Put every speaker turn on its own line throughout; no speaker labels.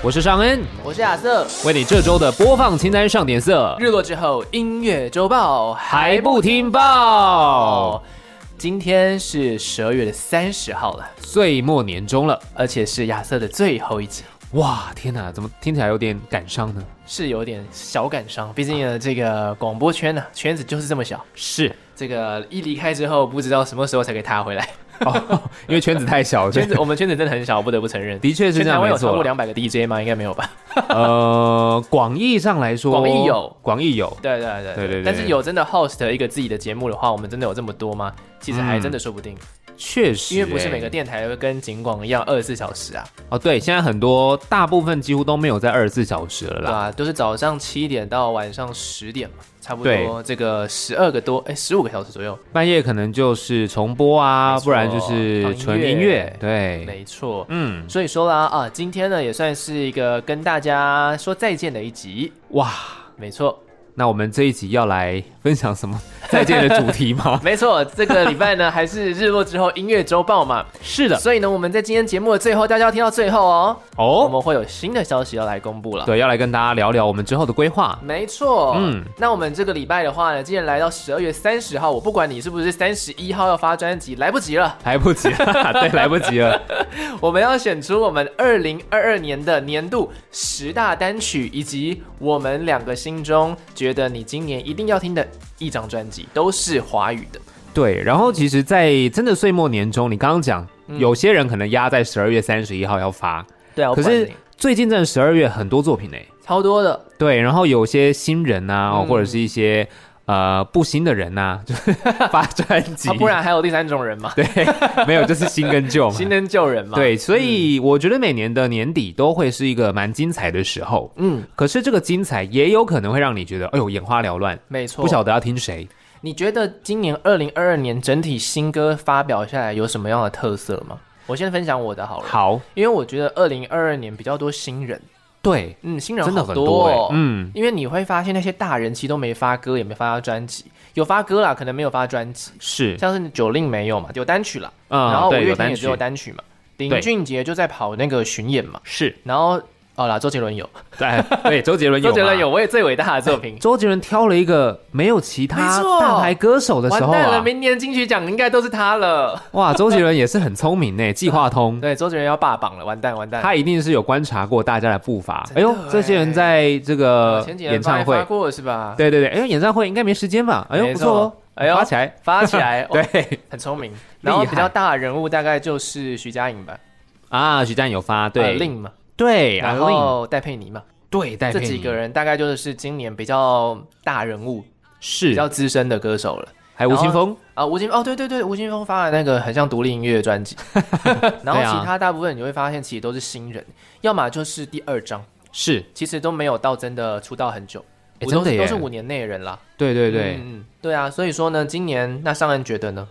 我是尚恩，
我是亚瑟。
为你这周的播放清单上点色。
日落之后，音乐周报
还不听报？
哦今天是十二月的三十号了，
岁末年终了，
而且是亚瑟的最后一集，
哇，天哪，怎么听起来有点感伤呢？
是有点小感伤。毕竟呢，这个广播圈呢、圈子就是这么小，
是，
这个一离开之后，不知道什么时候才可以踏回来。
哦，因 为圈子太 小，
圈子我们圈子真的很小，不得不承认。
的确是
全
这
台
样，
湾
没
有超过
错啦。
两百个 DJ 吗？应该没有吧？
呃，广义上来说，
广义有，
广义有，
对对对
对对对
但是有真的 host 一个自己的节目的话，我们真的有这么多吗？其实还真的
嗯
说不定，
确实、
因为不是每个
欸
电台都跟景广一样二十四小时啊，
哦，对，现在很多大部分几乎都没有在二十四小时了
对
啦。
吧、都是早上七点到晚上十点嘛，差不多
对
这个十二个多，哎，十五个小时左右。
半夜可能就是重播啊
没，错哦
不然就是纯音乐。
放
对，
没错，
嗯，
所以说啦啊，今天呢也算是一个跟大家说再见的一集，
哇，
没错。
那我们这一集要来分享什么 再见的主题 吗？
没错，这个礼拜 呢还是日落之后音乐周报嘛，
是的，
所以呢，我们在今天节目的最后，大家要听到最后哦，我
哦，
们会有新的消息要来公布了。，
对，要来跟大家聊聊我们之后的规划。
没错。嗯
嗯，
那我们这个礼拜的话呢，既然来到十二月三十号，我不管你是不是三十一号要发专辑，来不及了，
来不及 了，对，来不及了。
我们要选出我们二零二二年的年度十大单曲，以及我们两个心中觉得你今年一定要听的一张专辑，都是华语的。
对，然后其实，在真的岁末年终，你刚刚讲，
嗯
有些人可能压在十二月三十一号要发，
对啊，我
可
管
是
你
最近真的十二月很多作品哎、
超多的，
对，然后有些新人啊，
嗯
或者是一些呃不新的人呐、啊，就是 发专辑，
啊、不然还有第三种人嘛，
对， 没有，就是新跟旧嘛。
新人救人嘛。，
对，所以我觉得每年的年底都会是一个蛮精彩的时候。
嗯，
可是这个精彩也有可能会让你觉得，哎呦眼花缭乱，
没错。
不晓得要听谁。
你觉得今年二零二二年整体新歌发表下来有什么样的特色吗？我先分享我的好了，
好，
因为我觉得二零二二年比较多新人，
对，
嗯，新人
真的
好
很
多、
多、
哦
欸，，嗯，
因为你会发现那些大人其实都没发歌，也没发专辑，有发歌啦，可能没有发专辑，
是，
像是九令没有嘛，有单曲啦，
嗯，
然后五
对，
月
有
天
单
也只有
曲，
单曲嘛，林
对
俊杰就在跑那个巡演嘛，
是，
然后哦啦，周杰伦有，
对，对， 周杰伦有，
周杰伦有，我也最伟大的作品。
周杰伦挑了一个没有其
没
他
错
大牌歌手的
完
时候
蛋了，
啊，
明年金曲奖应该都是他了。
哇，周杰伦也是很聪明 呢，计划通，
对，周杰伦要霸榜了，完蛋完蛋。
他一定是有观察过大家的步伐。
真的
哎呦
欸，
这些人在这
呃
个
前几年
演唱会
发，过是吧？，
对对对，哎呦，演唱会应该没时间吧？哎呦，
没
不
错
错哦，
哎呦
发起来，
发起来，哦，
对
很聪明。然后
厉害
比较大的人物大概就是徐佳莹吧，
啊，徐佳莹有发，
呃
对，
令嘛，
对，
然
啊令，
后戴佩妮嘛，
对，戴
这
佩妮
几个人大概就是今年比较大人物、比较
是，
资深的歌手了。
还有吴青峰，
啊，吴青哦，对对对，吴青峰发的那个很像独立音乐的专 辑，然后
对啊
其他大部分你会发现其实都是新人，要么就是第二张，
是，
其实都没有到真的出道很久，
哎
我都
真的
是都
耶
是五年内的人啦。
对对对，
嗯，嗯对啊，所以说呢，今年那上恩觉得呢？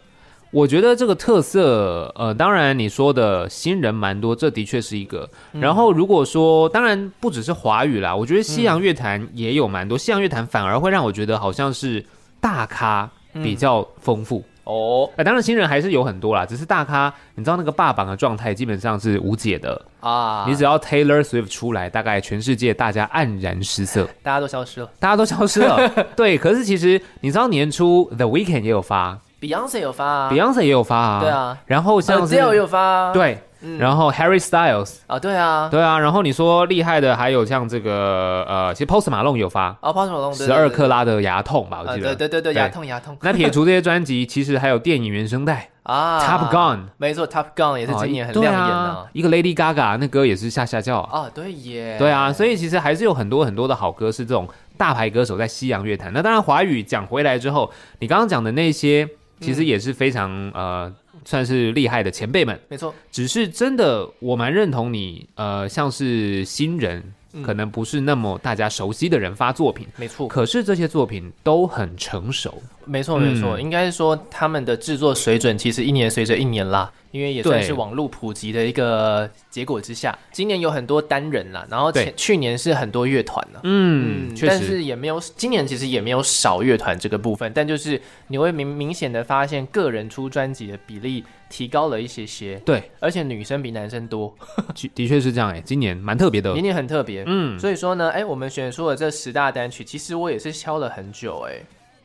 我觉得这个特色，呃，当然你说的新人蛮多，这的确是一个。
嗯
然后如果说，当然不只是华语啦，我觉得西洋乐坛也有蛮多，西洋乐坛反而会让我觉得好像是大咖比较丰富。
嗯哦
呃，当然新人还是有很多啦，只是大咖，你知道那个霸榜的状态基本上是无解的。
啊，
你只要 Taylor Swift 出来，大概全世界大家黯然失 色，
大家都消失了
大家都消失了。对，可是其实你知道年初 The Weeknd 也有发、
，Beyonce 有发啊
b e y o n c e 也有发啊，
对啊，
然后
小
像是、
有发啊，
对，然后 Harry Styles，
啊，对啊，
对啊，然后你说厉害的还有像这个呃，其实 Post Malone 有发
啊，跑什么龙
十二克拉的牙痛吧，我
啊，
记
对
得。
对对对，
对
牙痛牙痛
那撇除这些专辑，其实还有电影原声带 《
啊
Top Gun
没错，Top Gun》也是
哦
今年很
对
亮眼
啊
啊，，
一个 Lady Gaga 那歌也是下下叫啊。
啊，对耶，
对啊，所以其实还是有很多很多的好歌是这种大牌歌手在西洋乐坛。那当然，华语讲回来之后，你刚刚讲的那些，其实也是非常、呃，算是厉害的前辈们。
没错，
只是真的，我蛮认同你，呃，像是新人
嗯
可能不是那么大家熟悉的人发作品，
没错，
可是这些作品都很成熟。
没错，没错，
嗯
应该是说他们的制作水准其实一年随着一年啦，因为也算
对
是网络普及的一个结果之下，今年有很多单人啦，然后前
对
去年是很多乐团呢。
嗯，确
但
实，
是也没有，今年其实也没有少乐团这个部分，但就是你会明明显的发现，个人出专辑的比例提高了一些些，
对，
而且女生比男生多，
的的确是这样哎、今年蛮特别的
年。年很特别。
嗯，
所以说呢，哎、我们选出了这十大单曲，其实我也是敲了很久、哎，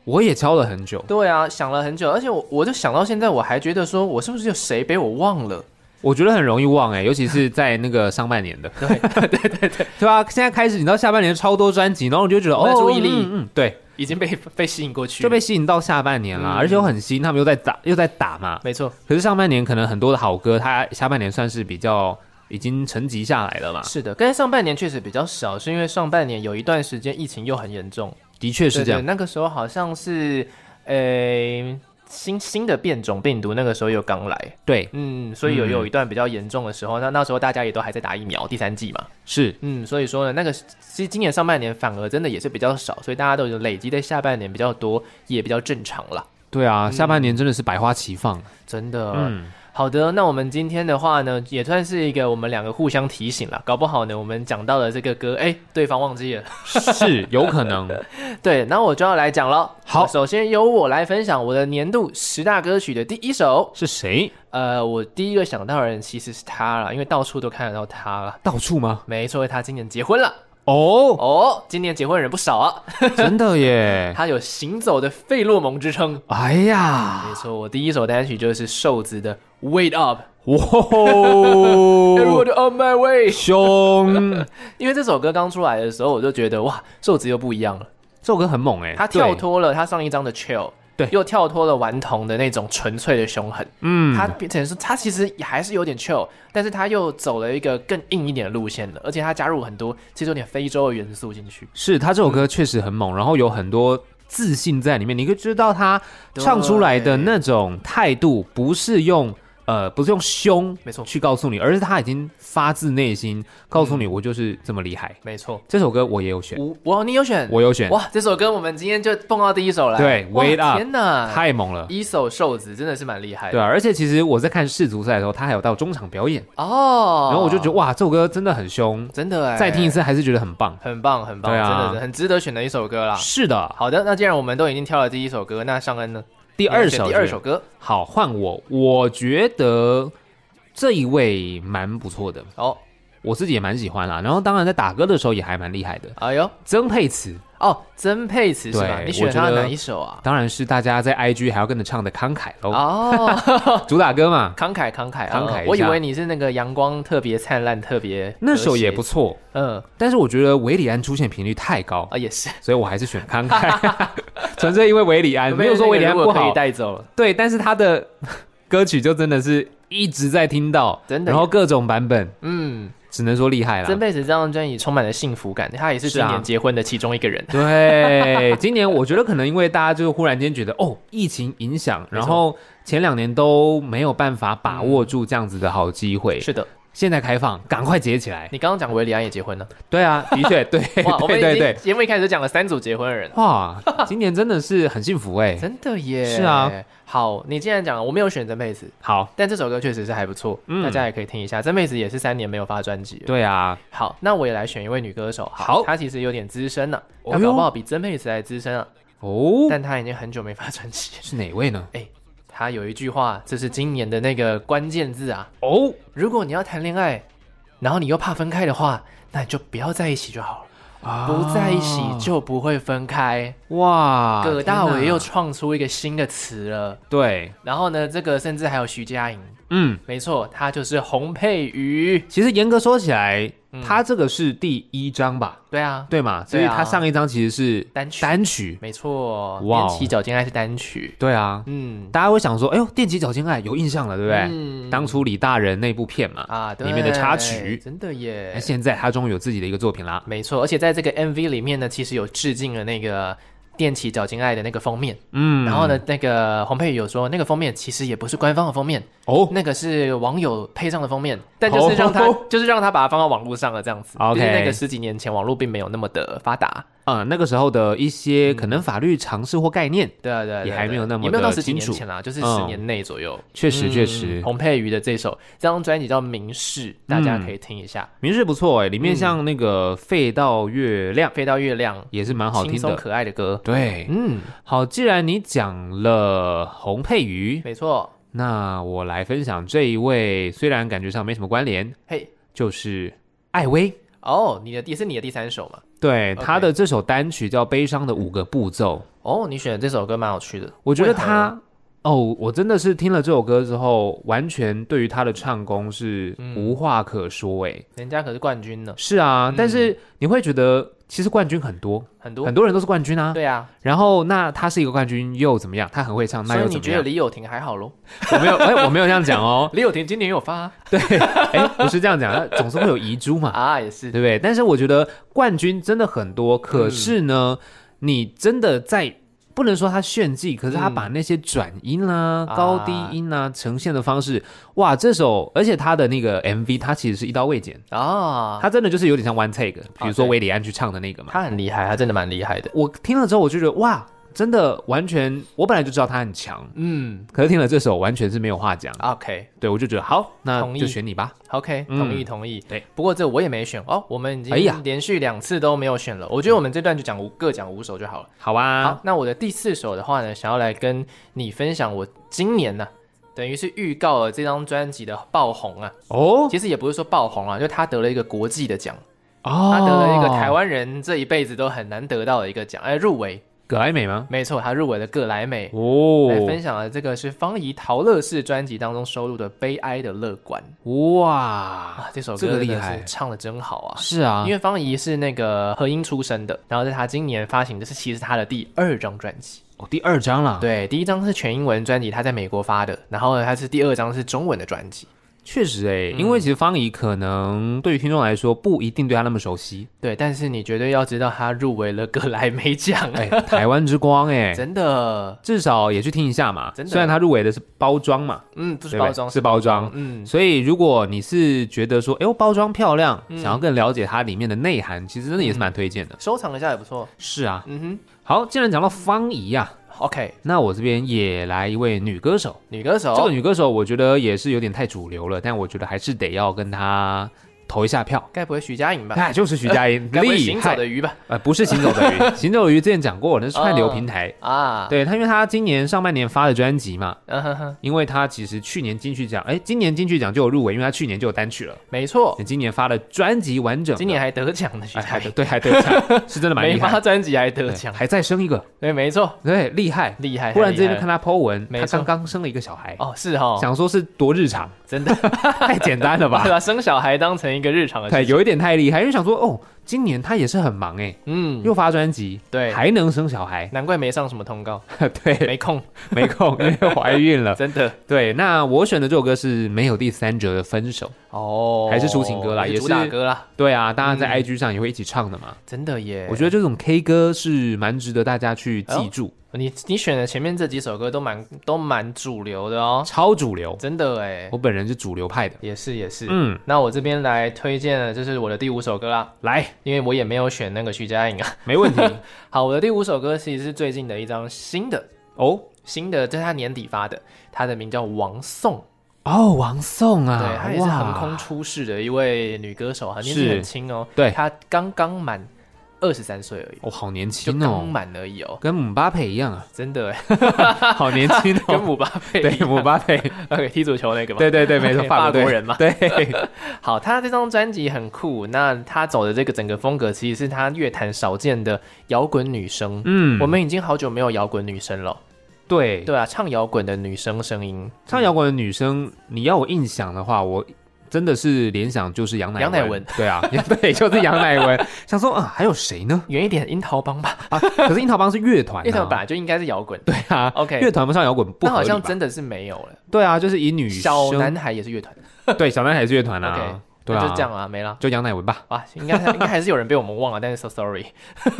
我也敲了很久，
对啊，想了很久，而且我我就想到现在，我还觉得说我是不是有谁被我忘了？
我觉得很容易忘哎、尤其是在那个上半年的。
对
对对，对啊，现在开始，你到下半年超多专辑，然后你就觉得
我
哦
们，的注意力
嗯，嗯对，
已经被 被吸引过去，
就被吸引到下半年
嗯
啦，而且又很新，他们又在打，又在打嘛。
没错，
可是上半年可能很多的好歌，它下半年算是比较已经沉寂下来了嘛，
是的，跟上半年确实比较少，是因为上半年有一段时间疫情又很严重，
的确是这
对对
样。
那个时候好像是，呃。新新的变种病毒那个时候又刚来，
对，
嗯，所以有
嗯
有一段比较严重的时候，那那时候大家也都还在打疫苗第三季嘛，
是
嗯，所以说呢，那个其实今年上半年反而真的也是比较少，所以大家都有累积在下半年比较多，也比较正常啦。
对啊，下半年真的是百花齐 放。
真的，
嗯，
好的，那我们今天的话呢，也算是一个我们两个互相提醒了，搞不好呢，我们讲到了这个歌，哎，对方忘记了，
是有可能。
对，那我就要来讲了。
好
首先由我来分享我的年度十大歌曲的第一首，
是谁？
呃，我第一个想到的人其实是他了，因为到处都看得到他了。
到处吗？
没错，他今年结婚了
哦，
哦，今年结婚的人不少啊，
真的耶！
他有“行走的费洛蒙”之称。
哎呀，
没错，我第一首单曲就是瘦子的《Wait Up
哇
哦》
哦，
，Everybody on my way。
凶！
因为这首歌刚出来的时候，我就觉得哇，瘦子又不一样了，
这首歌很猛哎，
他跳脱了他上一张的 chill，
对
又跳脱了顽童的那种纯粹的凶狠，
对，嗯，
他变成是他其实也还是有点 chill，但是他又走了一个更硬一点的路线了，而且他加入很多其实有点非洲的元素进去，
是他这首
嗯
歌确实很猛，然后有很多自信在里面，你可以知道他唱出来的那种态度不是用。呃，不是用凶
没错
去告诉你，而是他已经发自内心告诉你，
嗯
我就是这么厉害。
没错。
这首歌我也有选，
我我你有选，
我有选，
哇，这首歌我们今天就蹦到第一首来，
对
哇
Wait Up
天哪，
太猛了，
一手瘦子真的是蛮厉害
对
的，
啊。而且其实我在看世足赛的时候，他还有到中场表演，
哦，
啊然后我就觉得哇，这首歌真的很凶，
真的哎，
再听一次还是觉得很棒。
很棒很棒，
对啊
真的是很值得选的一首歌啦。
是的，
好的，那既然我们都已经挑了第一首歌，那尚恩呢？
第二首，
你要选第二首，歌
好，换我，我觉得这一位蛮不错的，
哦，
我自己也蛮喜欢啦。然后当然在打歌的时候也还蛮厉害的，
哎呦，
曾沛慈
哦，曾沛慈是吧？
对
你选他
我
的
觉得
哪一首啊？
当然是大家在 IG 还要跟着唱的《慷慨》喽，
哦，
主打歌嘛，
慷慨慷慨
慷
嗯
慨一下
我以为你是那个阳光特别灿烂，特别
那首也
和
不
谐，
错。
嗯
但是我觉得韦礼安出现频率太高，
啊也是，
所以我还是选 慷慨，纯粹因为韦礼安，哎没有说韦礼安
如
不
果可以
好，
带走了，
对，但是他的歌曲就真的是一直在听到，
真的
然后各种版本，
嗯，
只能说厉害啦。
曾沛慈这张专辑充满了幸福感，他也是
啊是
今
啊
年结婚的其中一个 人，
对，今年我觉得可能因为大家就忽然间觉得哦，疫情影响，
没错
然后前两年都没有办法把握住这样子的好机会，
是的，
现在开放，赶快结起来。
你刚刚讲韦礼安也结婚了，
对啊，的确，对，
哇，我们
对
已
对
经
对，
节目一开始就讲了三组结婚的人了。
哇，今年真的是很幸福哎、
真的耶！
是啊，
好，你既然讲了，我没有选曾沛慈，
好，
但这首歌确实是还不错，
嗯
大家也可以听一下。曾沛慈也是三年没有发专辑了。
对啊，
好，那我也来选一位女歌手。
好
她其实有点资深了、
哦
她搞
哟
不好比曾沛慈还资深啊，
哦，
但她已经很久没发专辑。
是哪位呢？
哎她有一句话，这是今年的那个关键字啊。
哦
如果你要谈恋爱，然后你又怕分开的话，那你就不要在一起就好了。
啊
不在一起就不会分开。
哇，
葛大
啊天
为
哪
又创出一个新的词了。
对，
然后呢，这个甚至还有徐佳莹，
嗯，
没错，她就是洪佩瑜。
其实严格说起来，
嗯
他这个是第一张吧，
对啊，
对嘛？所
对
以
啊
他上一张其实是
单曲
单曲，
没错，
哇哦
踮起脚尖爱是单曲。
对啊，
嗯，
大家会想说，哎呦，踮起脚尖爱有印象了，对不对？
嗯
当初李大人那部片嘛，哎
啊，对
里面的插曲
真的
那
耶，
现在他终于有自己的一个作品啦。
没错。而且在这个 MV 里面呢，其实有致敬了那个踮起脚尖爱的那个封面。
嗯
然后呢，那个洪佩瑜有说，那个封面其实也不是官方的封面，
哦，
那个是网友配上的封面，但就是让他、
哦
就是让他把它放到网络上了，这样子。
OK
就是那个十几年前网络并没有那么的发达，
呃，那个时候的一些可能法律常识或概念，
对啊对啊，对啊
也还没有那么
也没有到
的
十几年
清楚
前啦，就是
嗯
十年内左右。
确实确
嗯
实，
洪佩瑜的这首这张专辑叫《明示》，大家可以听一下，
名字不错哎，里面像那个废到月亮
飞到月亮》，
也是蛮嗯好
轻
听
松
的。
可爱的歌。
对，
嗯，
好，既然你讲了洪佩瑜，
没错。
那我来分享这一位，虽然感觉上没什么关联，
嘿，
就是艾薇。
哦，你的也是你的第三首嘛？
对
OK
她的这首单曲叫《悲伤的五个步骤》，
哦，你选的这首歌蛮有趣的，
我觉
为
得
何
她哦，我真的是听了这首歌之后，完全对于她的唱功是
嗯
无话可说哎、
人家可是冠军呢，
是啊，但是你会觉得其实冠军很多，
嗯很多
很多人都是冠军啊。
对啊，
然后那他是一个冠军又怎么样？他很会唱，那
所以
又
你
怎么
觉得
样？
李友廷还好喽？。
我没有，哎，我没有这样讲哦
李友廷今年有发啊
对，哎，不是这样讲，那总是会有遗珠嘛，
啊，也
对
是
不对？但是我觉得冠军真的很
嗯
多，可是呢，你真的在。不能说他炫技，可是他把那些转音啦、
嗯啊
高低音啦、呈现的方式，哇，这首而且他的那个 MV，他其实是一刀未剪，
啊，
他真的就是有点像 one take，比如说
对
维里安去唱的那个嘛，
他很厉害，他真的蛮厉害的。
我听了之后，我就觉得哇，真的完全，我本来就知道他很强，
嗯
可是听了这首完全是没有话讲。
，OK
对，我就觉得好，那
同意
就选你吧。
OK，
嗯
同意同意。
对，
不过这我也没选哦，我们已
哎呀
经连续两次都没有选了。我觉得我们这段就讲五各讲五首就好了。
好啊，
好，那我的第四首的话呢，想要来跟你分享我今年呢、等于是预告了这张专辑的爆红啊，
哦
其实也不是说爆红啊，就他得了一个国际的奖，
哦，
他得了一个台湾人这一辈子都很难得到的一个奖，哎，入围，
葛莱美吗？
没错，他入围了格莱美，
哦
来分享的这个是方怡陶乐氏专辑当中收录的《悲哀的乐观》
哇
啊，，这首歌
这个
真的
厉害
是唱的真好啊！
是啊
因，为方怡是那个和音出身的，然后在她今年发行的是其实是她的第二张专辑，
哦，第二章啦，，
对，第一张是全英文专辑，她在美国发的，然后呢，她是第二张是中文的专辑，
确实哎，
嗯
因为其实方怡可能对于听众来说不一定对他那么熟 悉，
对，但是你绝对要知道她入围了格莱美奖，啊
哎，台湾之光哎，
真的，
至少也去听一下嘛。
真的
虽然他入围的是包装嘛，
嗯，不是
对不对
包装，
是包装，
嗯，
所以，如果你是觉得说，哎呦，包装漂亮，
嗯
想要更了解它里面的内涵，其实真的也是蛮推荐的。
收藏一下也不错，
是啊，
嗯
好，既然讲到方怡啊，
哼，OK，
那我这边也来一位女歌手。
女歌
这个
手，
女歌手，我觉得也是有点太主流了，但我觉得还是得要跟她投一下票。
该不会徐佳莹吧？
哎，就是徐佳莹，
呃该不会
厉
行走
害
的！鱼吧？
呃，不是行走 的鱼，行走的鱼之前讲过，那是串流平台。
啊，
对她，因为她今年上半年发的专辑嘛，
嗯哼哼，
因为她其实去年金曲奖，哎，今年金曲奖就有入围，因为她去年就有单曲了。
没错，
今年发的专辑完整的，
哦今年还得奖的徐
哎，
佳
还得
莹，
对，还得 奖，是真的蛮
没
厉害
发
的，
专辑还得
对
奖，
还再生一个，
对，没错，
对，厉害。
厉害。
忽然之间
太
就
厉
看
害了
他 po 文，
没
他
错
刚刚生了一个小孩，
哦，是哦，
想说是多日 常，
真 的
太简单了
把
吧？
把生小孩当成一个日常的
对，
事情，
有一点太厉害，因为想说哦，今年他也是很忙哎，
嗯，
又发专辑，
对，
还能生 小孩，
难怪没上什么通告，
对，
没空，
没空，因为怀孕 了。
真的
对，那我选的这首歌是没有第三者的分手。
哦，
还是抒情歌啦也
主打
是
歌啦，
对啊，大家在
嗯
IG 上也会一起唱的嘛。
真的耶。
我觉得这种 K 歌是蛮值得大家去记住，
得你你选的前面这几首歌都蛮都蛮主流的哦，
超主流。
真的哎
我，本人是主流派的。
也是也是。
嗯，
那我这边来推荐的就是我的第五首歌啦，
来，
因为我也没有选那个徐佳莹啊。
没 问题。
好，我的第五首歌其实是最近的一张新的
哦
新的，这是他年底发的，他的名叫王颂，
哦，王颂啊，
对，她也是
哇
横空出世的一位女歌手，很年纪
是
很轻哦，
对
她刚刚满二十三岁而已，
哦，好年
就
轻
刚
哦，
满而已哦，
跟姆巴佩一 样啊，
真的耶，
好年轻
跟
哦。
姆巴佩一
对，
样
姆巴佩，
OK 踢足球那个嘛。
对对对，没错，
OK，法
国
国
队
人嘛
对，
好，她这张专辑很酷，那她走的这个整个风格其实是她乐坛少见的摇滚女生。
嗯，
我们已经好久没有摇滚女生了，
对
对啊，唱摇滚的女生声音，
唱摇滚的女生，你要我印象的话，我。真的是联想就是杨乃
杨乃文，
对啊， 对，就是杨乃 文。想说啊，还有谁呢？
远一点，樱桃帮吧，
啊，可是樱桃帮是乐团、啊，
樱桃本来就应该是摇滚，
对啊
OK
乐团不唱摇滚不
但
合
好
理吧
像真的是没有了。
对啊，就是以女生
小男孩也是乐团，
对小男孩是乐团啊
OK
对
那
啊，
就这样啊，没了。
就杨乃文吧。
啊，应该 应该还是有人被我们忘了，但是 so sorry。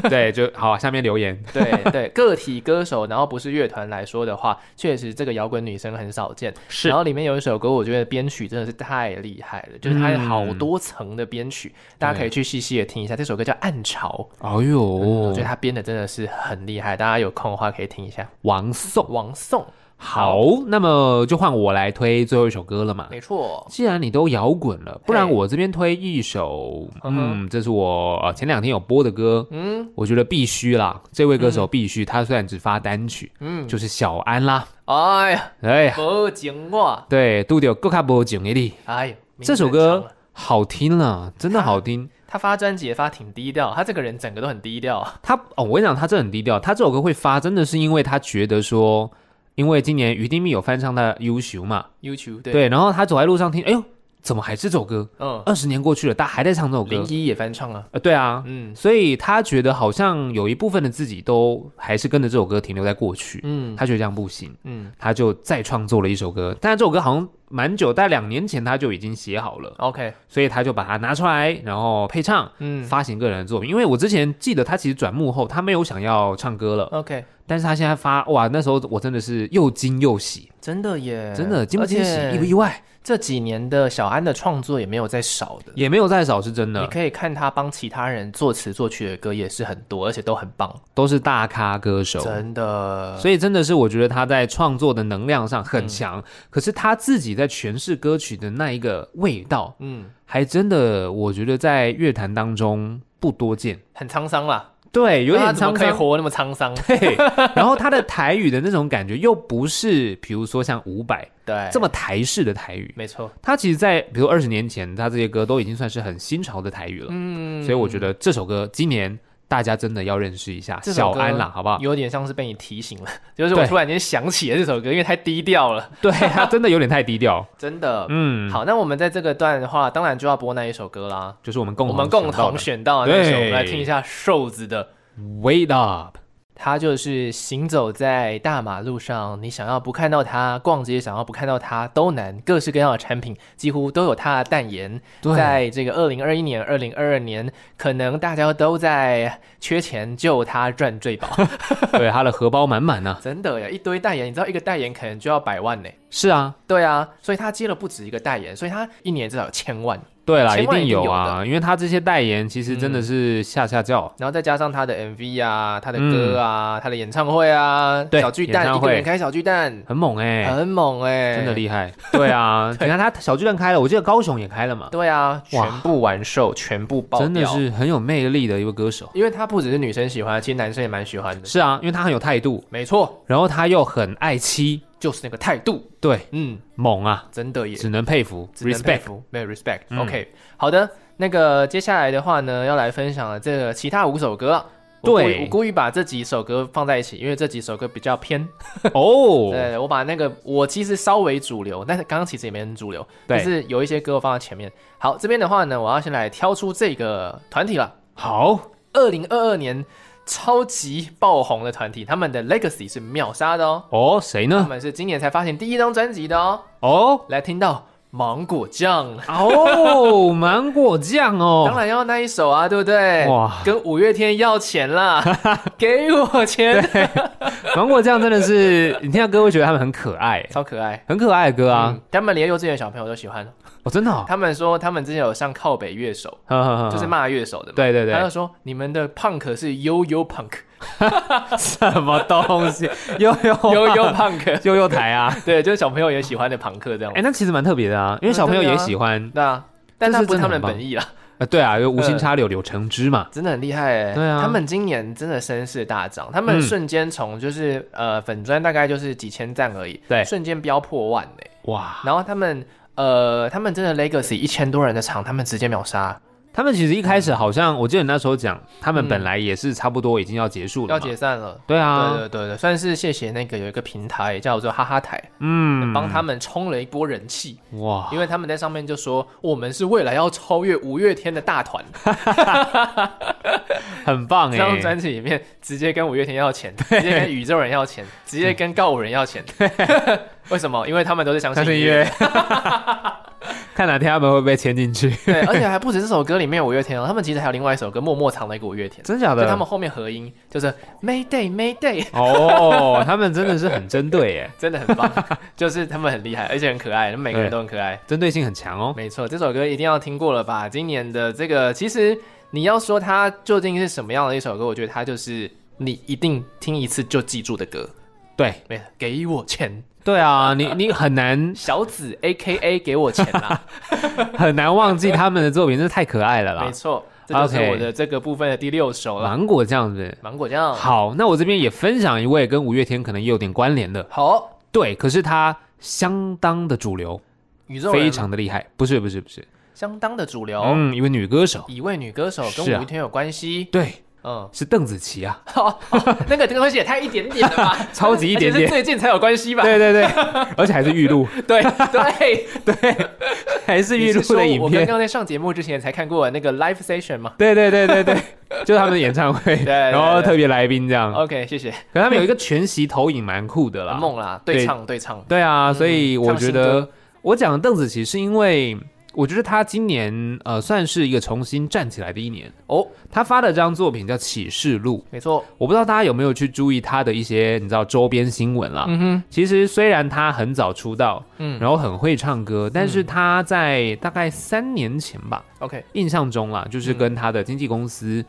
对，就好，啊下面留言。
对对，个体歌手，然后不是乐团来说的话，确实这个摇滚女生很少见。
是
然后里面有一首歌，我觉得编曲真的是太厉害了，就是它有好多层的编曲，
嗯
大家可以去细细的听一下。这首歌叫《暗潮》，
哎呦，
我觉得他编的真的是很厉害，大家有空的话可以听一下。
王颂。
王颂，
好，那么就换我来推最后一首歌了嘛。
没错，
既然你都摇滚了，不然
嘿
我这边推一首，
嗯哼
嗯，这是我呃前两天有播的歌，
嗯
我觉得必须啦，这位歌手必须，他虽然只发单曲，
嗯，
就是小安啦，
哎呀，
哎呀，
不景我，
对，杜丢够卡波景一力，
哎呀，名字
这首
很长
歌
了。
好听了，真的 好听。
他发专辑也发挺低调，他这个人整个都很低调。啊
他哦，我跟你讲，他真的很低调。他这首歌会发，真的是因为他觉得说，因为今年于丁密有翻唱他的《优秀》嘛，
YouTube 对，
对，然后他走在路上听，哎呦，怎么还是这首歌？
嗯，
二十年过去了，大家还在唱这首
零
歌。
一也翻唱了，
呃，对啊，
嗯
所以他觉得好像有一部分的自己都还是跟着这首歌停留在过去，
嗯
他觉得这样不行，
嗯
他就再创作了一首歌。但这首歌好像蛮久，在两年前他就已经写好了，
，OK，
所以他就把它拿出来，然后配唱，
嗯
发行个人的作品。因为我之前记得他其实转幕后，他没有想要唱歌了，
，OK，
但是他现在发，哇，那时候我真的是又惊又喜，
真的耶，
真的惊不惊喜，
而且
意不意外，
这几年的小安的创作也没有再少的。
也没有再少，是真
你
的，
可以看他帮其他人作词作曲的歌也是很多，而且都很棒，
都是大咖歌手，
真的。
所以真的是，我觉得他在创作的能量上
嗯
很强，可是他自己在诠释歌曲的那一个味道，
嗯，
还真的，我觉得在乐坛当中不多见。
很沧桑啦，
对，有
那他
点
怎么
沧
可以
桑。
活那么沧桑？
对， 然后他的台语的那种感觉，又不是比如说像伍佰
对，
这么台式的台语，
没错。
他其实在，比如二十年前，他这些歌都已经算是很新潮的台语了。
嗯，
所以我觉得这首歌今年大家真的要认识一下
这首
小
歌
安啦，好不好？
有点像是被你提醒了， 就是我
对
突然间想起了这首歌，因为太低调了，
对他真的有点太低调。
真的。
嗯，
好，那我们在这个段的话，当然就要播那一首歌啦。
就是我们共
我
同
们共
想到
同
的
选到的那首，我
对
们来听一下瘦子的
Wait up，
他就是行走在大马路上，你想要不看到他，逛街想要不看到他都难。各式各样的产品几乎都有他的代言。
对
在这个二零二一年、二零二二年，可能大家都在缺钱，就他赚最饱。
对，他的荷包满满啊呐。
真的呀，一堆代言，你知道一个代言可能就要百万呢。
是啊，
对啊，所以他接了不止一个代言，所以他一年至少有千万，
对啦，
千
一
万
定有
一定嗯
啊，因为他这些代言其实真的是下下叫。
然后再加上他的 MV 啊、他的歌啊、他的演唱会啊，
嗯对
小巨
演
蛋
唱
一个
会
人开小巨蛋，
很猛哎、
很猛哎、
真的厉害。对啊， 你看他小巨蛋开了，我记得高雄也开了嘛，
对啊，
哇
全部完售，全部爆掉。
真的，是很有魅力的一个歌手。
因为他不只是女生喜欢，其实男生也蛮喜欢的。
是啊，因为他很有态度，
没错，
然后他又很爱妻，
就是那个态度。
对，
嗯，
猛啊，
真的也
只能佩服
只能佩
，respect。
服，没有 respect。
嗯
OK，好的，那个接下来的话呢，要来分享了这个其他五首歌。我故意
对
我故意把这几首歌放在一起，因为这几首歌比较偏。
哦，
对，我把那个我其实稍微主流，但是刚刚其实也没很主流，
对
就是有一些歌我放在前面。好，这边的话呢，我要先来挑出这个团体了。
好，
二零二二年超级爆红的团体，他们的 Legacy 是秒杀的哦，
哦，谁
他
呢？
们是今年才发行第一张专辑的哦。
哦，
来听到芒果酱，
哦，芒果酱
当
哦，
然要那一首啊，对不对？
哇
跟五月天要钱 啦，给我钱，
芒果酱真的是，你听到歌会觉得他们很可爱，
超可爱。
很可爱的歌啊。
嗯，他们连幼稚园小朋友都喜欢。
哦，真的、哦，
他们说他们之前有上靠北乐手，
呵呵 呵
就是骂乐手的嘛。
对对对
他就说你们的 punk 是悠悠 punk，
什么东 西，悠悠
悠悠 punk，
悠悠台啊，
对，就是小朋友也喜欢的朋克这样
哎、。那其实蛮特别的啊，因为小朋友
嗯真
也
的啊
喜欢，
对啊，但
这
那
是
不是
真的
他们
很棒
本意啦。
呃，对啊，有无
嗯
心插柳柳橙汁嘛，
真的很厉害哎！
对啊
他们今年真的声势大涨，他们
嗯
瞬间从就是、呃粉砖大概就是几千赞而已，
对
瞬间飙破万哎！
哇，
然后他们呃，他们真的 Legacy 一千多人的场，他们直接秒杀，
他们其实一开始好像，我记得你那时候讲，他们
嗯
本来也是差不多已经要结束了，
要解，散了。
对啊，
对对对对，算是谢谢那个有一个平台叫做哈哈台，
嗯，
帮他们冲了一波人气，
哇，
因为他们在上面就说我们是未来要超越五月天的大团，
很棒
这
哎、
张专辑里面直接跟五月天要钱，直接跟宇宙人要钱，直接 跟告五人要钱。为什么？因为他们都是相
相
信
信
音
音
乐。
乐。 看哪天他们会被牵 进去。
对，而且还不止这首歌里面有五月天哦，他们其实还有另外一首歌默默藏了一个五月天，
真假
所
的？
以他们后面合音就是 Mayday Mayday，
哦，他们真的是很针对耶，
真的很 棒，就是他们很厉害，而且很可爱，每个人都很可爱。
针对性很强哦。
没错，这首歌一定要听过了吧？今年的这个，其实你要说它究竟是什么样的一首歌，我觉得它就是你一定听一次就记住的歌。
对
没错，给我钱，
对啊，你你很难
小紫 A K A 给我钱啦。
很难忘记他们的作品，真是太可爱了
没
啦。
错，这就是
OK
我的这个部分的第六首了。
芒果酱子。
芒果酱，
好，那我这边也分享一位跟五月天可能也有点关联的，
好，
对，可是他相当的主流，
宇宙人哦
非常的厉害。不是不是不是，
相当的主流。
嗯，一位女歌手，
一位女歌手跟
是啊
五月天有关系，
对，
嗯，
是邓紫棋 啊，
好，好那个这个东西也太一点点了吧，
超 级一点点
而且是最近才有关系吧？
对对对，而且还是预 录，
对对，
还是
你
预
是
录
说
的影
我刚
片。
刚在上节目之前才看过那个 live session 吗
对对对对对， 就是他们的演唱会，
对对
然后特别来宾这样。
？OK，谢谢。
可他们有一个全息投影蛮酷的啦
很。梦啦，
对
对唱对唱，
对啊，所以我
唱
觉
新
得我讲邓紫棋是因为我觉得她今年呃算是一个重新站起来的一年
哦。
她发的这张作品叫《启示录》，
没错，
我不知道大家有没有去注意她的一些你知道周边新闻啦。
嗯哼，
其实虽然她很早出道，
嗯
然后很会唱歌，但是她在大概三年前吧，
，OK，
印象中啦，就是跟她的经纪公司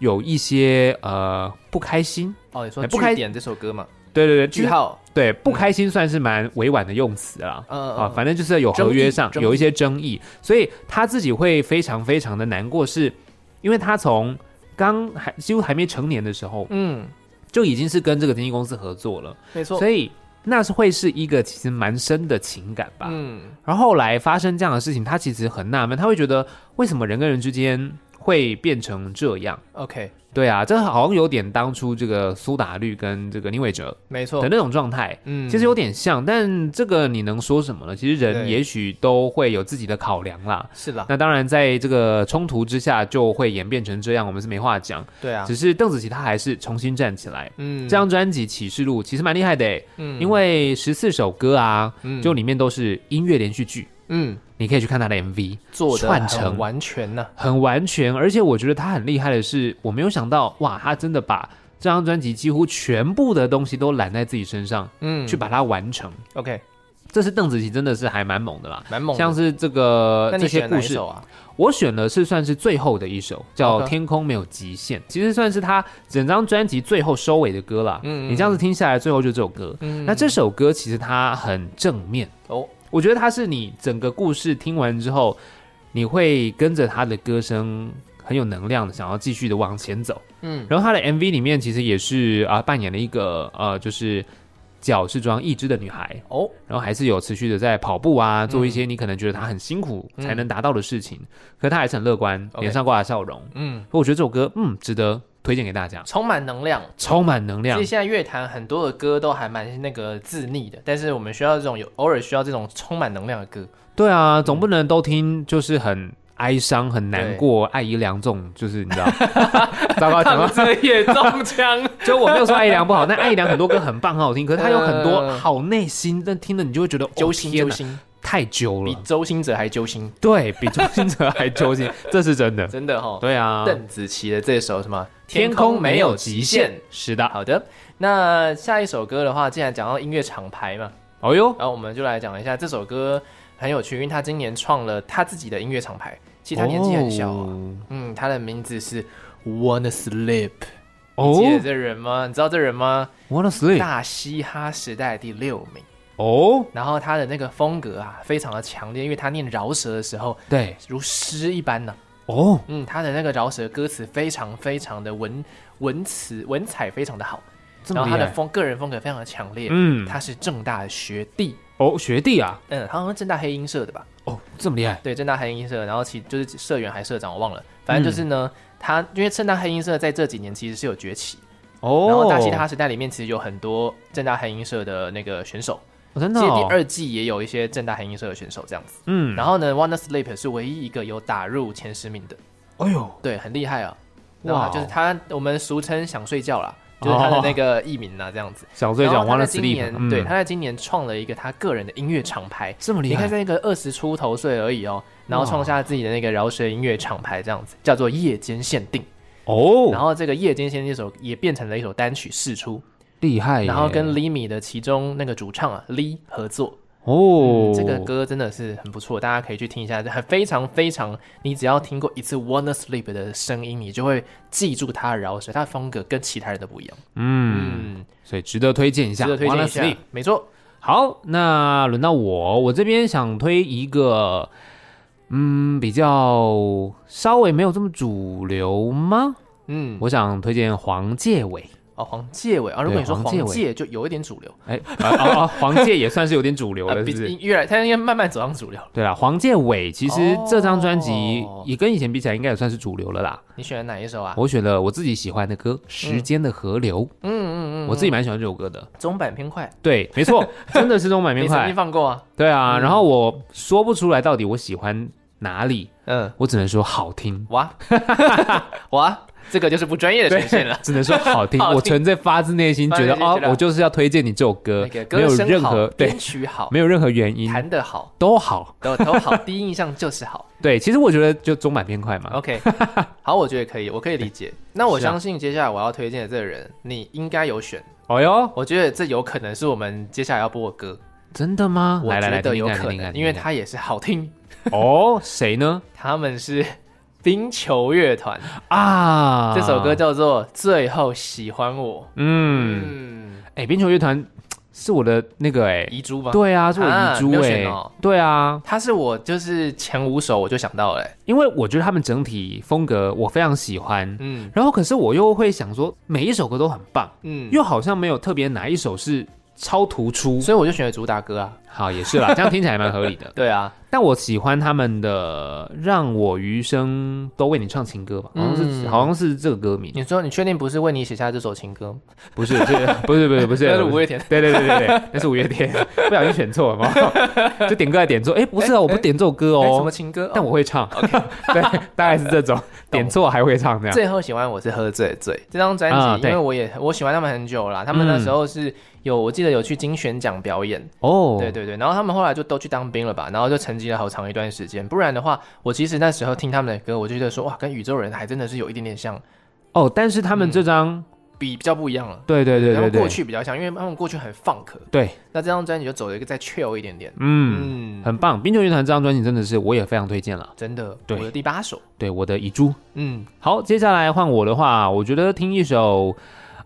有一些呃不开心。
哦，你说
哎不
不
开
开点这首歌嘛？
对对对，
句号，
对不开心算是蛮委婉的用词啦。
嗯
啊，
嗯，
反正就是有合约上
争议
有一些争议，所以他自己会非常非常的难过，是因为他从刚还几乎还没成年的时候
嗯，
就已经是跟这个经纪公司合作了，
没错，
所以那是会是一个其实蛮深的情感吧。
嗯，
然后后来发生这样的事情，他其实很纳闷，他会觉得为什么人跟人之间会变成这样？
，OK，
对啊，这好像有点当初这个苏打绿跟这个林伟哲
没错
的，那种状态。
嗯，
其实有点像，但这个你能说什么呢？其实人
对啊
也许都会有自己的考量啦。
是啦，
那当然，在这个冲突之下，就会演变成这样，我们是没话讲。
对啊
只，是邓紫棋她还是重新站起来。
嗯
这，张专辑《启示录》其实蛮厉害的诶，
嗯
因为十四首歌啊，
嗯
就里面都是音乐连续剧，
嗯，
你可以去看她的 MV，
做的
串成
很完全呢，
很完全。而且我觉得她很厉害的是，我没有想到哇，她真的把这张专辑几乎全部的东西都揽在自己身上，
嗯，
去把它完成。
，OK，
这是邓紫棋真的是还蛮猛的啦，
蛮猛的，
像是这个
那
这
你
些
选哪
故
一
事，
首啊？
我选的是算是最后的一首，叫《
OK
天空没有极限》，其实算是他整张专辑最后收尾的歌啦。
嗯嗯
你这样子听下来，最后就这首歌。
嗯
那这首歌其实它很正面，
哦，
我觉得它是你整个故事听完之后，你会跟着他的歌声。很有能量的，想要继续的往前走。
嗯，
然后他的 MV 里面其实也是啊、扮演了一个呃，就是脚是装一只的女孩，
哦，
然后还是有持续的在跑步啊，做一些你可能觉得他很辛苦才能达到的事情，可他还是很乐观，
OK
脸上挂着笑容。
嗯，
所以我觉得这首歌，嗯，值得推荐给大家，
充满能量。
充满能
所
量
以。现在乐坛很多的歌都还蛮那个自溺的，但是我们需要这种有偶尔需要这种充满能量的歌。
对啊，总不能都听就是很哀伤、很难过、爱姨良这种，就是你知道， 糟糕，讲到
这也中枪，
就我没有说爱姨良不 好，但爱姨良很多歌很棒、很好听，可是它有很多
嗯
好内心，但听了你就会觉得
揪
哦
心
天
揪
哪
心，
太揪
比
了，
周星哲还揪心，
对比周星哲还揪心，这是真 的。
真的哈、
对啊，
邓紫棋的这首什么《》。
是的。
好的，那下一首歌的话，既然讲到音乐厂牌嘛，
哦哟，
然后我们就来讲一下这首歌很有趣，因为他今年创了他自己的音乐厂牌，其实他年纪很小、啊，
哦
嗯，他的名字是 Wanna Sleep，
哦
记得这人吗？你知道这人吗？
，Wanna Sleep，
大嘻哈时代第六名。
哦，
然后他的那个风格啊，非常的强烈，因为他念饶舌的时候
对，
如诗一般呢、
哦，
嗯，他的那个饶舌歌词非常非常的文文词文采非常的好，
这
然
么
后
厉
他
害
的风个人风格非常的强烈。
嗯，
他是正大的学弟，
哦，学弟啊，
嗯，他好像是正大黑鹰社的吧？
哦，这么厉害，
对，正大黑鹰社，然后其就是社员还社长，我忘
嗯
了，反正就是呢，他因为正大黑鹰社在这几年其实是有崛起，
哦，
然后大嘻哈时代里面其实有很多正大黑鹰社的那个选手，
哦真
其
的
实第
哦，
二季也有一些正大黑鹰社的选手这样子。
嗯，
然后呢，Wanna Sleep 是唯一一个有打入前十名的，
哎呦，
对，很厉害啊。
哇哦
哇，就是他，我们俗称想睡觉啦，就是他的那个艺名啊，这样子。
小醉讲
然后
忘
他
了
在今
sleep，
年，
嗯
对，他在今年创了一个他个人的音乐厂牌。
这么厉
你看，
害，
在一个二十出头岁而已哦，然后创下自己的那个饶舌音乐厂牌，这样子叫做夜间限定。然
哦，
后这个夜间限定这首也变成了一首单曲释出，
厉害耶，
然后跟 Limi 的其中那个主唱啊 Lee 合作。
哦
嗯，这个歌真的是很不错，大家可以去听一下，很非常非常，你只要听过一次 Wanna Sleep 的声音，你就会记住他的饶舌，他的风格跟其他人都不一样。
嗯，
嗯，
所以值得推荐一下，
值得推荐一
Wanna Sleep
下。没错，
好，那轮到我，我这边想推一个，嗯，比较稍微没有这么主流吗？
嗯，
我想推荐黄介伟，
哦，黄介伟啊，如果
对
你说
黄介欸
黄
玟
介，就有一点主流，
哎、啊啊 啊黄介也算是有点主流
啊
了，是
比
不是？
越来他应该慢慢走上主流。
对啦，黄介伟其实这张专辑
哦
也跟以前比起来，应该也算是主流了啦。
你选哪一首啊？
我选了我自己喜欢的歌《时间的河流》，
嗯嗯嗯，
我自己蛮喜欢这首歌的。
中版偏快，
对，没错， 真的是中满
你
面
曾经
快。
放过啊？
对啊，
嗯
然后我说不出来到底我喜欢哪里，
嗯，
我只能说好 听。
哇哇，这个就是不专业的呈现了。
只能说好 听。
好听
我纯粹发自内心觉
发自
得
内心
哦
觉得，
我就是要推荐你这首
那
歌
个，
呃没
歌
有
声
任
好
何，对
编，曲好，
没有任何原因，
弹得好，
都好。
都都好，第一印象就是好。
对，其实我觉得就中满偏快嘛。
OK，好，我觉得可以，我可以理解。那我
是啊
相信接下来我要推荐的这个人，你应该有选。
哦哟，
我觉得这有可能是我们接下来要播的歌，
真的吗？
我
来啊来
觉
来，听
得
听
有
看
可
听听
能，
看
因为
听
它也是好听。
听看哦，谁 呢？
他们是冰球乐团，
啊，
这首歌叫做《最后喜欢我》。
嗯，
嗯，
哎，冰球乐团是我的那个哎，
遗珠吧。，
对啊，是我遗
啊没
珠
有
哎
选哦，
对啊，
它是我就是前五首我就想到了、欸。
因为我觉得他们整体风格我非常喜欢，
嗯
然后可是我又会想说每一首歌都很棒，
嗯，
又好像没有特别哪一首是超突出。
所以我就选了主打歌啊。。
好，也是啦，这样听起来蛮合理的
对啊，
但我喜欢他们的《让我余生都为你唱情歌》吧，好像是、
嗯
好像是这个歌名，
你说你确定不是为你写下这首情歌吗？
不是，是不是不是不 啊是，
那是五月天。
对对对对对，那是五月天， 不小心选 错了嘛，就点歌来点错，哎、不是啊，我不点这首歌
哎什
哦
么，情歌？
但
哦
我会唱， 对，大概是这种，点错还会哦唱这样，
最后喜欢我是喝醉醉这张专
啊
辑，因
对
为我也我喜欢他们很久了啦，他们那
嗯
时候是有我记得有去金选奖表演，
哦，
对对对，然后他们后来就都去当兵了吧，然后就沉寂了好长一段时间。不然的话，我其实那时候听他们的歌，我就觉得说哇，跟宇宙人还真的是有一点点像，
哦，但是他们这张，
比比较不一样了。
对对对
他
对
们过
对，
去比较像，因为他们过去很 funk，
对，
那这张专辑就走了一个再 chill 一点点。
嗯，
嗯，
很棒，冰球乐团这张专辑真的是我也非常推荐了，
真的，
对
我的第八首，
对，我的遗珠。
嗯，
好，接下来换我的话，我觉得听一首，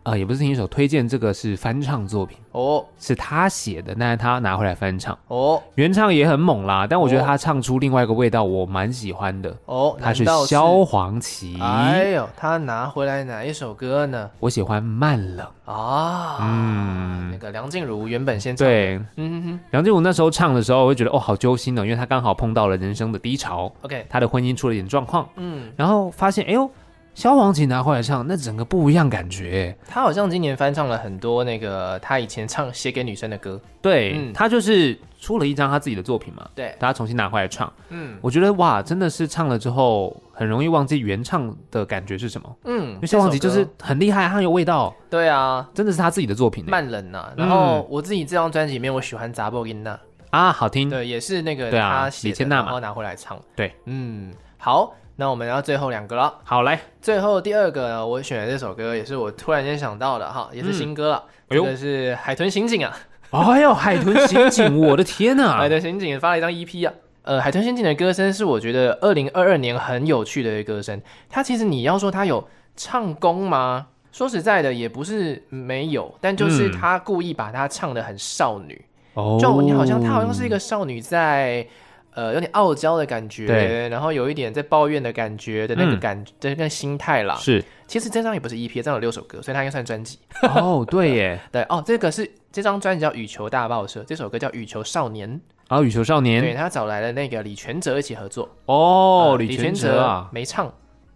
呃，也不是听一首，推荐这个是翻唱作品，
哦
是他写的，但是他拿回来翻唱，
哦
原唱也很猛啦，但我觉得
哦
他唱出另外一个味道，我蛮喜欢的。
哦，
他是
难道
萧煌奇，
哎呦，他拿回来哪一首歌呢？
我喜欢慢冷。
啊，
嗯
那个梁静茹原本先唱，
对，
嗯哼哼
梁静茹那时候唱的时候，我会觉得哦，好揪心哦，因为她刚好碰到了人生的低潮，
，OK，
她的婚姻出了一点状况，
嗯，
然后发现，哎呦，萧煌奇拿回来唱，那整个不一样感觉。
他好像今年翻唱了很多那个他以前唱写给女生的歌，
对，
嗯
他就是出了一张他自己的作品嘛，
对，
大家重新拿回来唱，
嗯
我觉得哇，真的是唱了之后很容易忘记原唱的感觉是什么。
嗯
因为萧煌奇就
这首
是
歌
很厉害，他很有味道，
对啊，
真的是他自己的作品欸
慢冷呐、然后我自己这张专辑里面，我喜欢《扎波琳娜》，
啊，好听。
对，也是那个
对啊
他写
李千
的，
娜
然
嘛
后拿回来唱，
对，
嗯，好，那我们要最后两个了。
好来，
最后第二个呢，我选的这首歌也是我突然间想到的哈，也是新歌了。
嗯哎呦
这个是海豚刑警啊，
哎呦，海豚刑警，我的天 呐
海！豚刑警发了一张 EP 啊。呃，海豚刑警的歌声是我觉得二零二二年很有趣的一个歌声。它其实你要说它有唱功吗？说实在的，也不是没有，但就是
嗯
他故意把它唱的很少女，
哦
就你好像她好像是一个少女在。呃，有点傲娇的感觉，
对
然后有一点在抱怨的感觉的那个
嗯
感，的那个心态啦。
是
其实这张也不是 E EP，这张有六首歌，所以它应该算专辑。
哦，对耶，
对哦，这个是这张专辑叫《羽球大报社》，这首歌叫《羽球少年》，
啊，羽球少
对
年
他找来了那个李全哲一起合作。
哦
呃，
李
全
全哲啊，
没唱，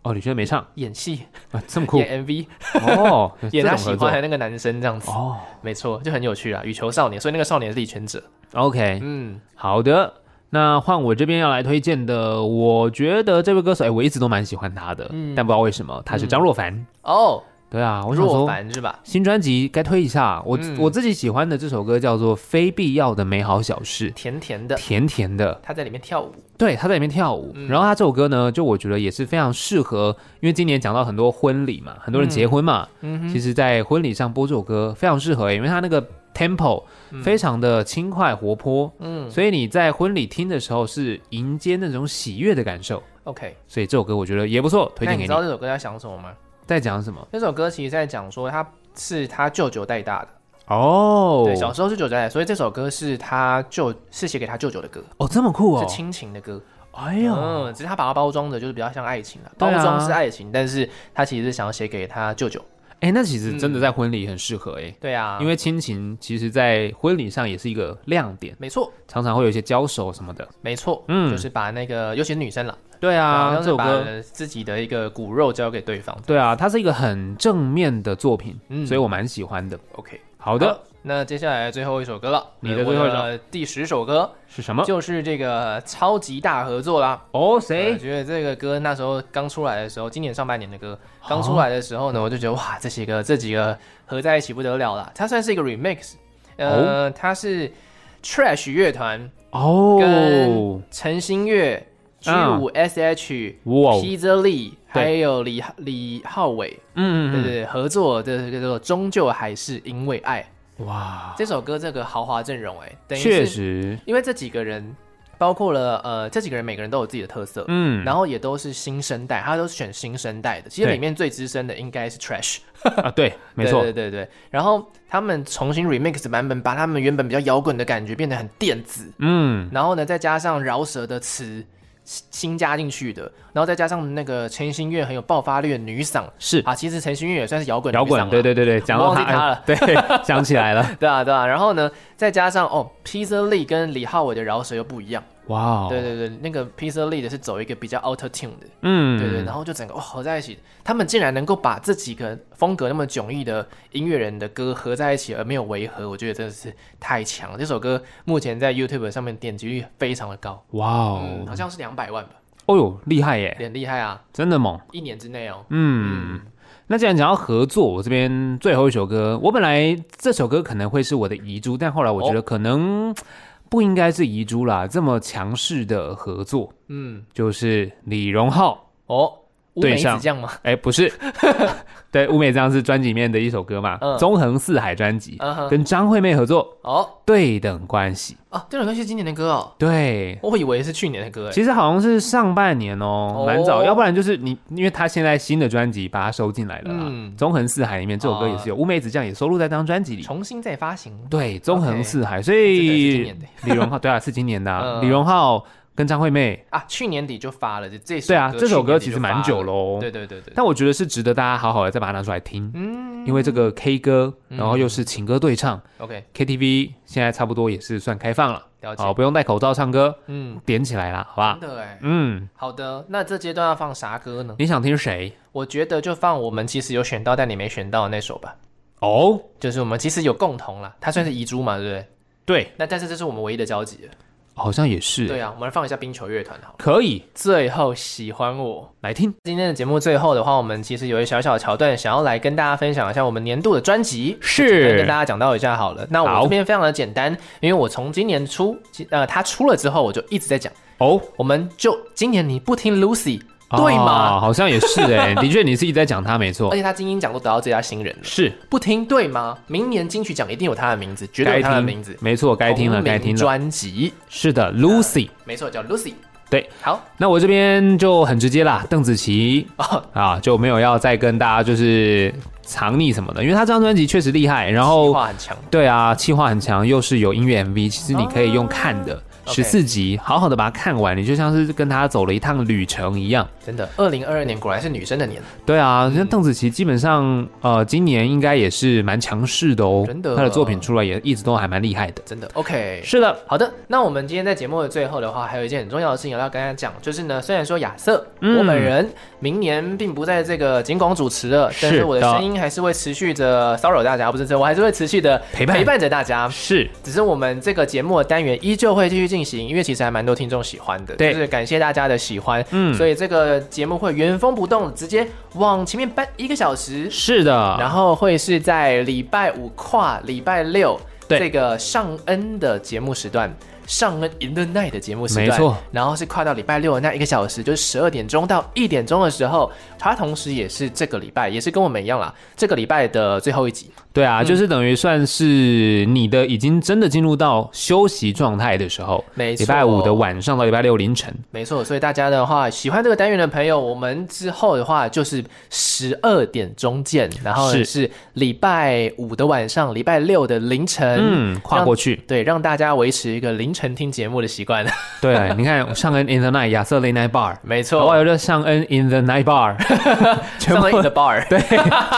哦，李全哲没唱
演戏，
啊，这么 酷
演 MV，
哦，有
演
这
他
种
喜
合作
欢的那个男生这样子，
哦
没错，就很有趣啊。羽球少年，所以那个少年是李全哲。
，OK，
嗯，
好的，那换我这边要来推荐的，我觉得这位歌手，哎，我一直都蛮喜欢他的，
嗯
但不知道为什么他是张若凡。
哦，
对啊，我想
若
说
凡是吧？
新专辑该推一下。我、
嗯
我自己喜欢的这首歌叫做《非必要的美好小事
甜甜》，的，
甜甜的。
他在里面跳舞，
对，他在里面跳舞。
嗯
然后他这首歌呢，就我觉得也是非常适合，因为今年讲到很多婚礼嘛，很多人结婚嘛，
嗯
其实，在婚礼上播这首歌非常适合、因为他那个 tempo 非常的轻快活泼，
嗯
所以你在婚礼听的时候是迎接那种喜悦的感受。
，OK。
所以这首歌我觉得也不错，推
那
荐
你
给
知
你。
道这首歌在想什么吗？
在讲什么？
这首歌其实在讲说他是他舅舅带大的，
哦
对，小时候是舅舅带的，所以这首歌是他舅是写给他舅舅的歌，
哦，这么酷
是
哦！
亲情的歌。
哎呦，
嗯，只是他把它包装的就是比较像爱情了，
对
包
啊
装是爱情，但是他其实是想要写给他舅舅。
哎、那其实真的在婚礼很适合哎、
对啊，
因为亲情其实，在婚礼上也是一个亮点，
没错，
常常会有一些交手什么的。
没错，
嗯
就是把那个，尤其是女生啦，
对
然
啊，这
后
首
把
歌，
自己的一个骨肉交给对方。
对啊，它是一个很正面的作品，
嗯
所以我蛮喜欢的。
OK，
好的，
那接下来最后一首歌了，
你的最后一首
呃我的第十首歌
是什么？
就是这个超级大合作啦。
哦，
我
谁？
觉得这个歌那时候刚出来的时候，今年上半年的歌
哦
刚出来的时候呢，我就觉得哇，这几个这几个合在一起不得了啦。它算是一个 remix，呃，它是 Trash 乐团
哦
跟，陈星月、G
嗯
五 SH、
哇，哦
Peter Lee
对
还有李李浩伟，对对
嗯嗯
对，合作的这个终究还是因为爱
嗯，哇，
这首歌这个豪华阵容，哎，等于
确
是
实，
因为这几个人包括了呃这几个人每个人都有自己的特色，
嗯，
然后也都是新生代，他都是选新生代的。其实
对
里面最资深的应该是 Trash，
啊，对，没 错，
对对对对。然后他们重新 remix 版本，把他们原本比较摇滚的感觉变得很电子，
嗯，
然后呢再加上饶舌的词新新加进去的，然后再加上那个陈星月很有爆发力的女嗓
是
啊，其实陈星月也算是摇滚
摇
女嗓
滚，
啦
对对对对，讲
我
到
忘记他
哎
了
对， 想起来了，
对啊对啊。然后呢再加上哦，Peter Lee 跟李浩伟的饶舌又不一样，
哇哦，
对，对对，那个 Peter Lee 的是走一个比较 Auto Tune 的。
嗯，
对对，然后就整个哇合在一起，他们竟然能够把这几个风格那么迥异的音乐人的歌合在一起而没有违和，我觉得真的是太强了。这首歌目前在 YouTube 上面点击率非常的高，
哇哦
嗯，，好像是两百万吧，
哦呦，厉害耶，
很厉害啊！
真的猛。
一年之内哦，
嗯，那既然讲到合作，我这边最后一首歌，我本来这首歌可能会是我的遗珠，但后来我觉得可能不应该是遗珠啦，这么强势的合作，
嗯，
就是李荣浩，
哦，乌
对
梅子
上
酱吗？
哎，不是， 对，乌梅这样是专辑里面的一首歌嘛，
嗯
纵横四海》专辑，
嗯哼，
跟张惠妹合作，《
哦
对等关系》，
啊，这首歌是今年的歌哦，
对。
我以为是去年的歌哎，
其实好像是上半年哦
哦，
蛮早，要不然就是你，因为他现在新的专辑把它收进来了啦，
嗯哦
纵横四海》里面这首歌也是有，乌梅子酱也收录在这张专辑里。
重新再发行，
对，纵横四海，所
哎这个是今
以
年的
李荣浩 对啊是今年的啊、
嗯
李荣浩跟张惠妹，
啊，去年底就发了，这这首
对啊，
歌
这首
去
歌
年底
其实
就发
蛮久哦
了，
喽，
对对对对，
但我觉得是值得大家好好的再把它拿出来听，
嗯
因为这个 K 歌，然后又是情歌对唱、
，OK，
KTV 现在差不多也是算开放了，
了解
好，，不用戴口罩唱歌，
嗯，
点起来啦，好吧
真？的哎。
嗯，
好的，那这阶段要放啥歌呢？
你想听谁？
我觉得就放我们其实有选到但你没选到的那首吧，
哦，
就是我们其实有共同啦，它算是遗珠嘛，对不对？
对，
那但是这是我们唯一的交集了。
好像也是，欸
对啊，我们来放一下冰球乐团好了。
可以
最后喜欢我。
来听。
今天的节目最后的话，我们其实有一小小的桥段，想要来跟大家分享一下我们年度的专辑。来跟
是
大，家讲到一下好了。那我
好
这边非常的简单，因为我从今年初，呃，它出了之后，我就一直在讲，
哦，
我们就今年你不听 Lucy 对吗？
哦好像也是 哎、的确你是一直在讲他，没错
而，且他金鹰奖都得到最佳新人了，
是。
不听对吗？明年金曲奖一定有他的名字，绝对
该
有他的
听
名字。哦
没错，该听了，
同名
该听了。
专辑
是的，Lucy。
没错，叫 Lucy。
对，
好
那我这边就很直接啦，邓紫棋
哦，
啊，就没有要再跟大家就是藏匿什么的，因为她这张专辑确实厉害，然
计
后
划很强，
对啊，企划很强，又是有音乐 MV，其实你可以用看的
哦
十四集，好好的把它看完，你就像是跟她走了一趟旅程一样。
真的。二零二二年果然是女生的年，
对啊，
嗯
像邓紫棋基本上呃，今年应该也是蛮强势的哦，
真的
她的作品出来也一直都还蛮厉害的。
真的。OK，
是的，
好的。那我们今天在节目的最后的话，还有一件很重要的事情要跟大家讲，就是呢，虽然说亚瑟、
嗯
我本人明年并不在这个景广主持了，但是
是
我的
的
声音还是会持续着骚扰大家，不是这，我还是会持续的
陪伴
陪伴着大家。
是
只是我们这个节目的单元依旧会继续进行，因为其实还蛮多听众喜欢的，
对
就是感谢大家的喜欢，
嗯
所以这个节目会原封不动，直接往前面搬一个小时，
是的，
然后会是在礼拜五跨礼拜六
对
这个上恩的节目时段。上恩 in the night 的节目时段，
没错，
然后是跨到礼拜六的那一个小时，就是十二点钟到一点钟的时候，它同时也是这个礼拜，也是跟我们一样啦，这个礼拜的最后一集，
对啊，就是等于算是你的已经真的进入到休息状态的时候，
没错
礼拜五的晚上到礼拜六凌晨，
没错，所以大家的话，喜欢这个单元的朋友，我们之后的话就是十二点钟见，然后呢
是
是礼拜五的晚上，礼拜六的凌晨，
嗯，跨过去。
对，让大家维持一个凌晨听节目的习惯。
对， 你看上恩 in the night 亚瑟 late night bar，
没
搞不好
错，
有就上恩 in the night bar，全
上了
部
in the bar，
对，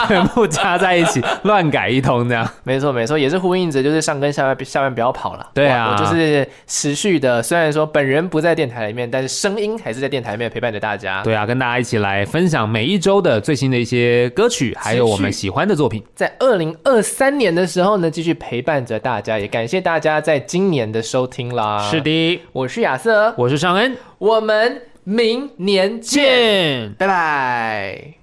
全部加在一起乱改一通这样。
没错没错，也是呼应着就是上跟下班下班不要跑了。
对
我
啊
我就是持续的，虽然说本人不在电台里面，但是声音还是在电台里面陪伴着大家。
对啊，跟大家一起来分享每一周的最新的一些歌曲，还有我们喜欢的作品。
在二零二三年的时候呢，继续陪伴着大家，也感谢大家在今年的收听啦。
是，的，
我是亚瑟，
我是尚恩，
我们明年见，
见。
拜拜。